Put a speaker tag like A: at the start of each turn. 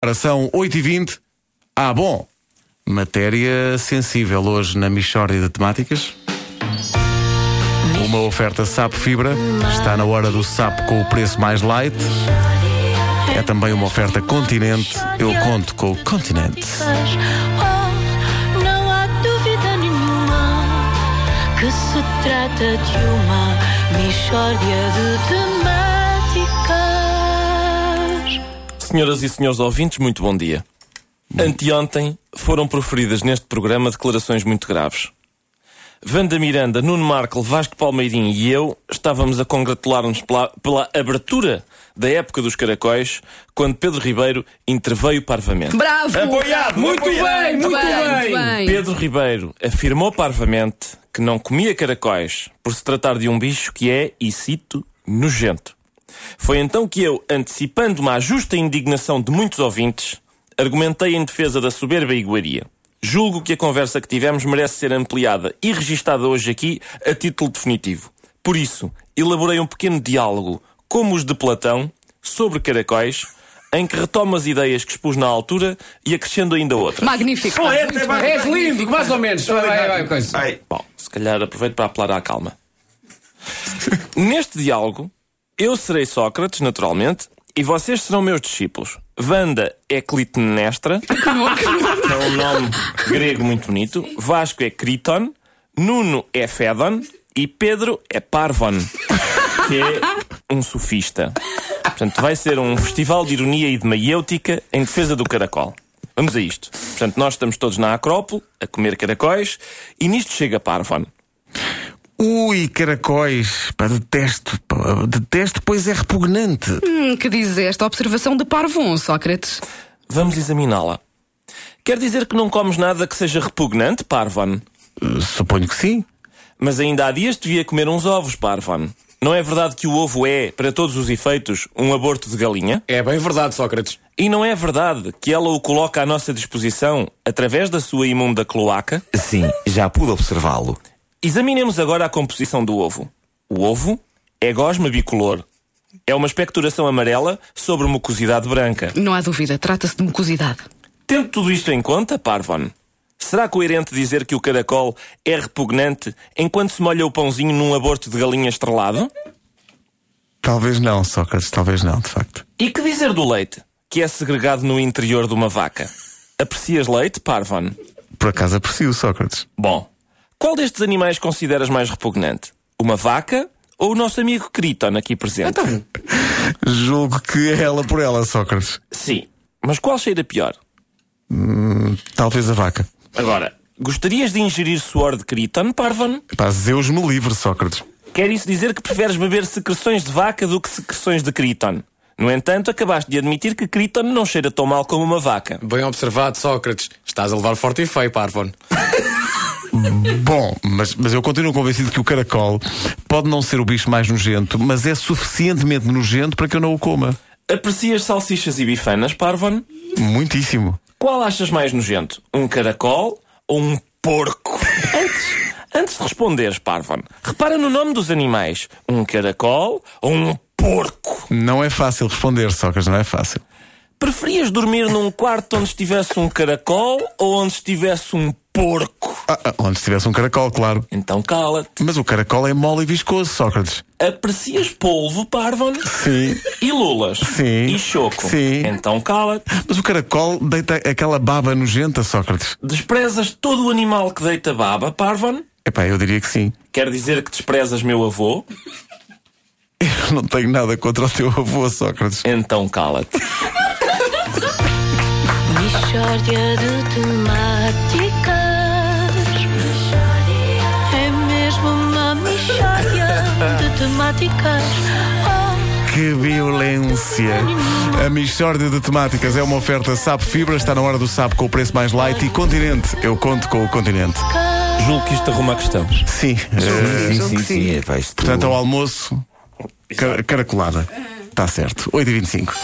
A: Ora, São 8h20. Ah, bom. Matéria sensível hoje na Michórdia de Temáticas. Uma oferta Sapo Fibra. Está na hora do sapo com o preço mais light. É também uma oferta Continente. Eu conto com o Continente.
B: Oh, não há dúvida nenhuma que se trata de uma mistória de temáticas.
C: Senhoras e senhores ouvintes, muito bom dia. Anteontem foram proferidas neste programa declarações muito graves. Vanda Miranda, Nuno Markle, Vasco Palmeirinho e eu estávamos a congratular-nos pela, pela abertura da época dos caracóis, quando Pedro Ribeiro interveio parvamente.
D: Bravo!
C: Apoiado,
D: Muito
C: apoiado.
D: bem, muito bem.
C: Pedro Ribeiro afirmou parvamente que não comia caracóis por se tratar de um bicho que é, e cito, nojento. Foi então que eu, antecipando uma justa indignação de muitos ouvintes, argumentei em defesa da soberba iguaria. Julgo que a conversa que tivemos merece ser ampliada e registada hoje aqui a título definitivo. Por isso, elaborei um pequeno diálogo, como os de Platão, sobre caracóis, em que retomo as ideias que expus na altura e acrescendo ainda outras.
D: Magnífico. Muito bem.
E: És lindo, mais ou menos. Vai, vai, vai, coisa.
C: Bom, se calhar aproveito para apelar à calma. Neste diálogo, eu serei Sócrates, naturalmente, e vocês serão meus discípulos. Vanda é Clitemnestra, que é um nome grego muito bonito. Vasco é Criton, Nuno é Fédon e Pedro é Parvon, que é um sofista. Portanto, vai ser um festival de ironia e de maiêutica em defesa do caracol. Vamos a isto. Portanto, nós estamos todos na Acrópole, a comer caracóis, e nisto chega Parvon.
A: Ui, caracóis. Pá, detesto. pá, detesto, pois é repugnante.
D: Hum, que diz esta observação de Parvon, Sócrates?
C: Vamos examiná-la. Quer dizer que não comes nada que seja repugnante, Parvon?
A: Suponho que sim.
C: Mas ainda há dias devia comer uns ovos, Parvon. Não é verdade que o ovo é, para todos os efeitos, um aborto de galinha?
E: É bem verdade, Sócrates.
C: E não é verdade que ela o coloca à nossa disposição através da sua imunda cloaca?
F: Sim, já pude observá-lo.
C: Examinemos agora a composição do ovo. O ovo é gosma bicolor. É uma especturação amarela sobre mucosidade branca.
D: Não há dúvida, trata-se de mucosidade.
C: Tendo tudo isto em conta, Parvon, será coerente dizer que o caracol é repugnante enquanto se molha o pãozinho num aborto de galinha estrelado?
A: Talvez não, Sócrates. Talvez não, de facto.
C: E que dizer do leite, que é segregado no interior de uma vaca? Aprecias leite, Parvon?
A: Por acaso aprecio, Sócrates.
C: Bom, qual destes animais consideras mais repugnante? Uma vaca ou o nosso amigo Criton aqui presente?
A: Julgo que é ela por ela, Sócrates.
C: Sim, mas qual cheira pior?
A: Talvez a vaca.
C: Agora, gostarias de ingerir suor de Criton, Parvon?
A: Pá, Zeus me livre, Sócrates.
C: Quer isso dizer que preferes beber secreções de vaca do que secreções de Criton? No entanto, acabaste de admitir que Criton não cheira tão mal como uma vaca.
E: Bem observado, Sócrates. Estás a levar forte e feio, Parvon.
A: Bom, mas, mas eu continuo convencido que o caracol pode não ser o bicho mais nojento, mas é suficientemente nojento para que eu não o coma.
C: Aprecias salsichas e bifanas, Parvon?
A: Muitíssimo.
C: Qual achas mais nojento? Um caracol ou um porco? Antes, antes de responderes, Parvon, repara no nome dos animais. Um caracol ou um porco?
A: Não é fácil responder, Sócrates, não é fácil.
C: Preferias dormir num quarto onde estivesse um caracol ou onde estivesse um porco?
A: Ah, ah, onde estivesse um caracol, claro.
C: Então cala-te.
A: Mas o caracol é mole e viscoso, Sócrates.
C: Aprecias polvo, Parvon?
A: Sim.
C: E lulas?
A: Sim.
C: E choco?
A: Sim.
C: Então cala-te.
A: Mas o caracol deita aquela baba nojenta, Sócrates.
C: Desprezas todo o animal que deita baba, Parvon?
A: Epá, eu diria que sim.
C: Quer dizer que desprezas meu avô?
A: Eu não tenho nada contra o teu avô, Sócrates.
C: Então cala-te.
B: Mistória de temáticas. É mesmo uma mistória de temáticas. Oh,
A: Que violência! A Michórdia de Temáticas é uma oferta Sapo Fibra, está na hora do Sapo com o preço mais light e Continente. Eu conto com o Continente.
C: Julgo que isto arruma a questão.
A: Sim. eh,
F: sim, sim,
D: que sim.
F: sim. é, vais tu.
A: portanto, ao almoço, ca- caracolada. Está certo. 8h25.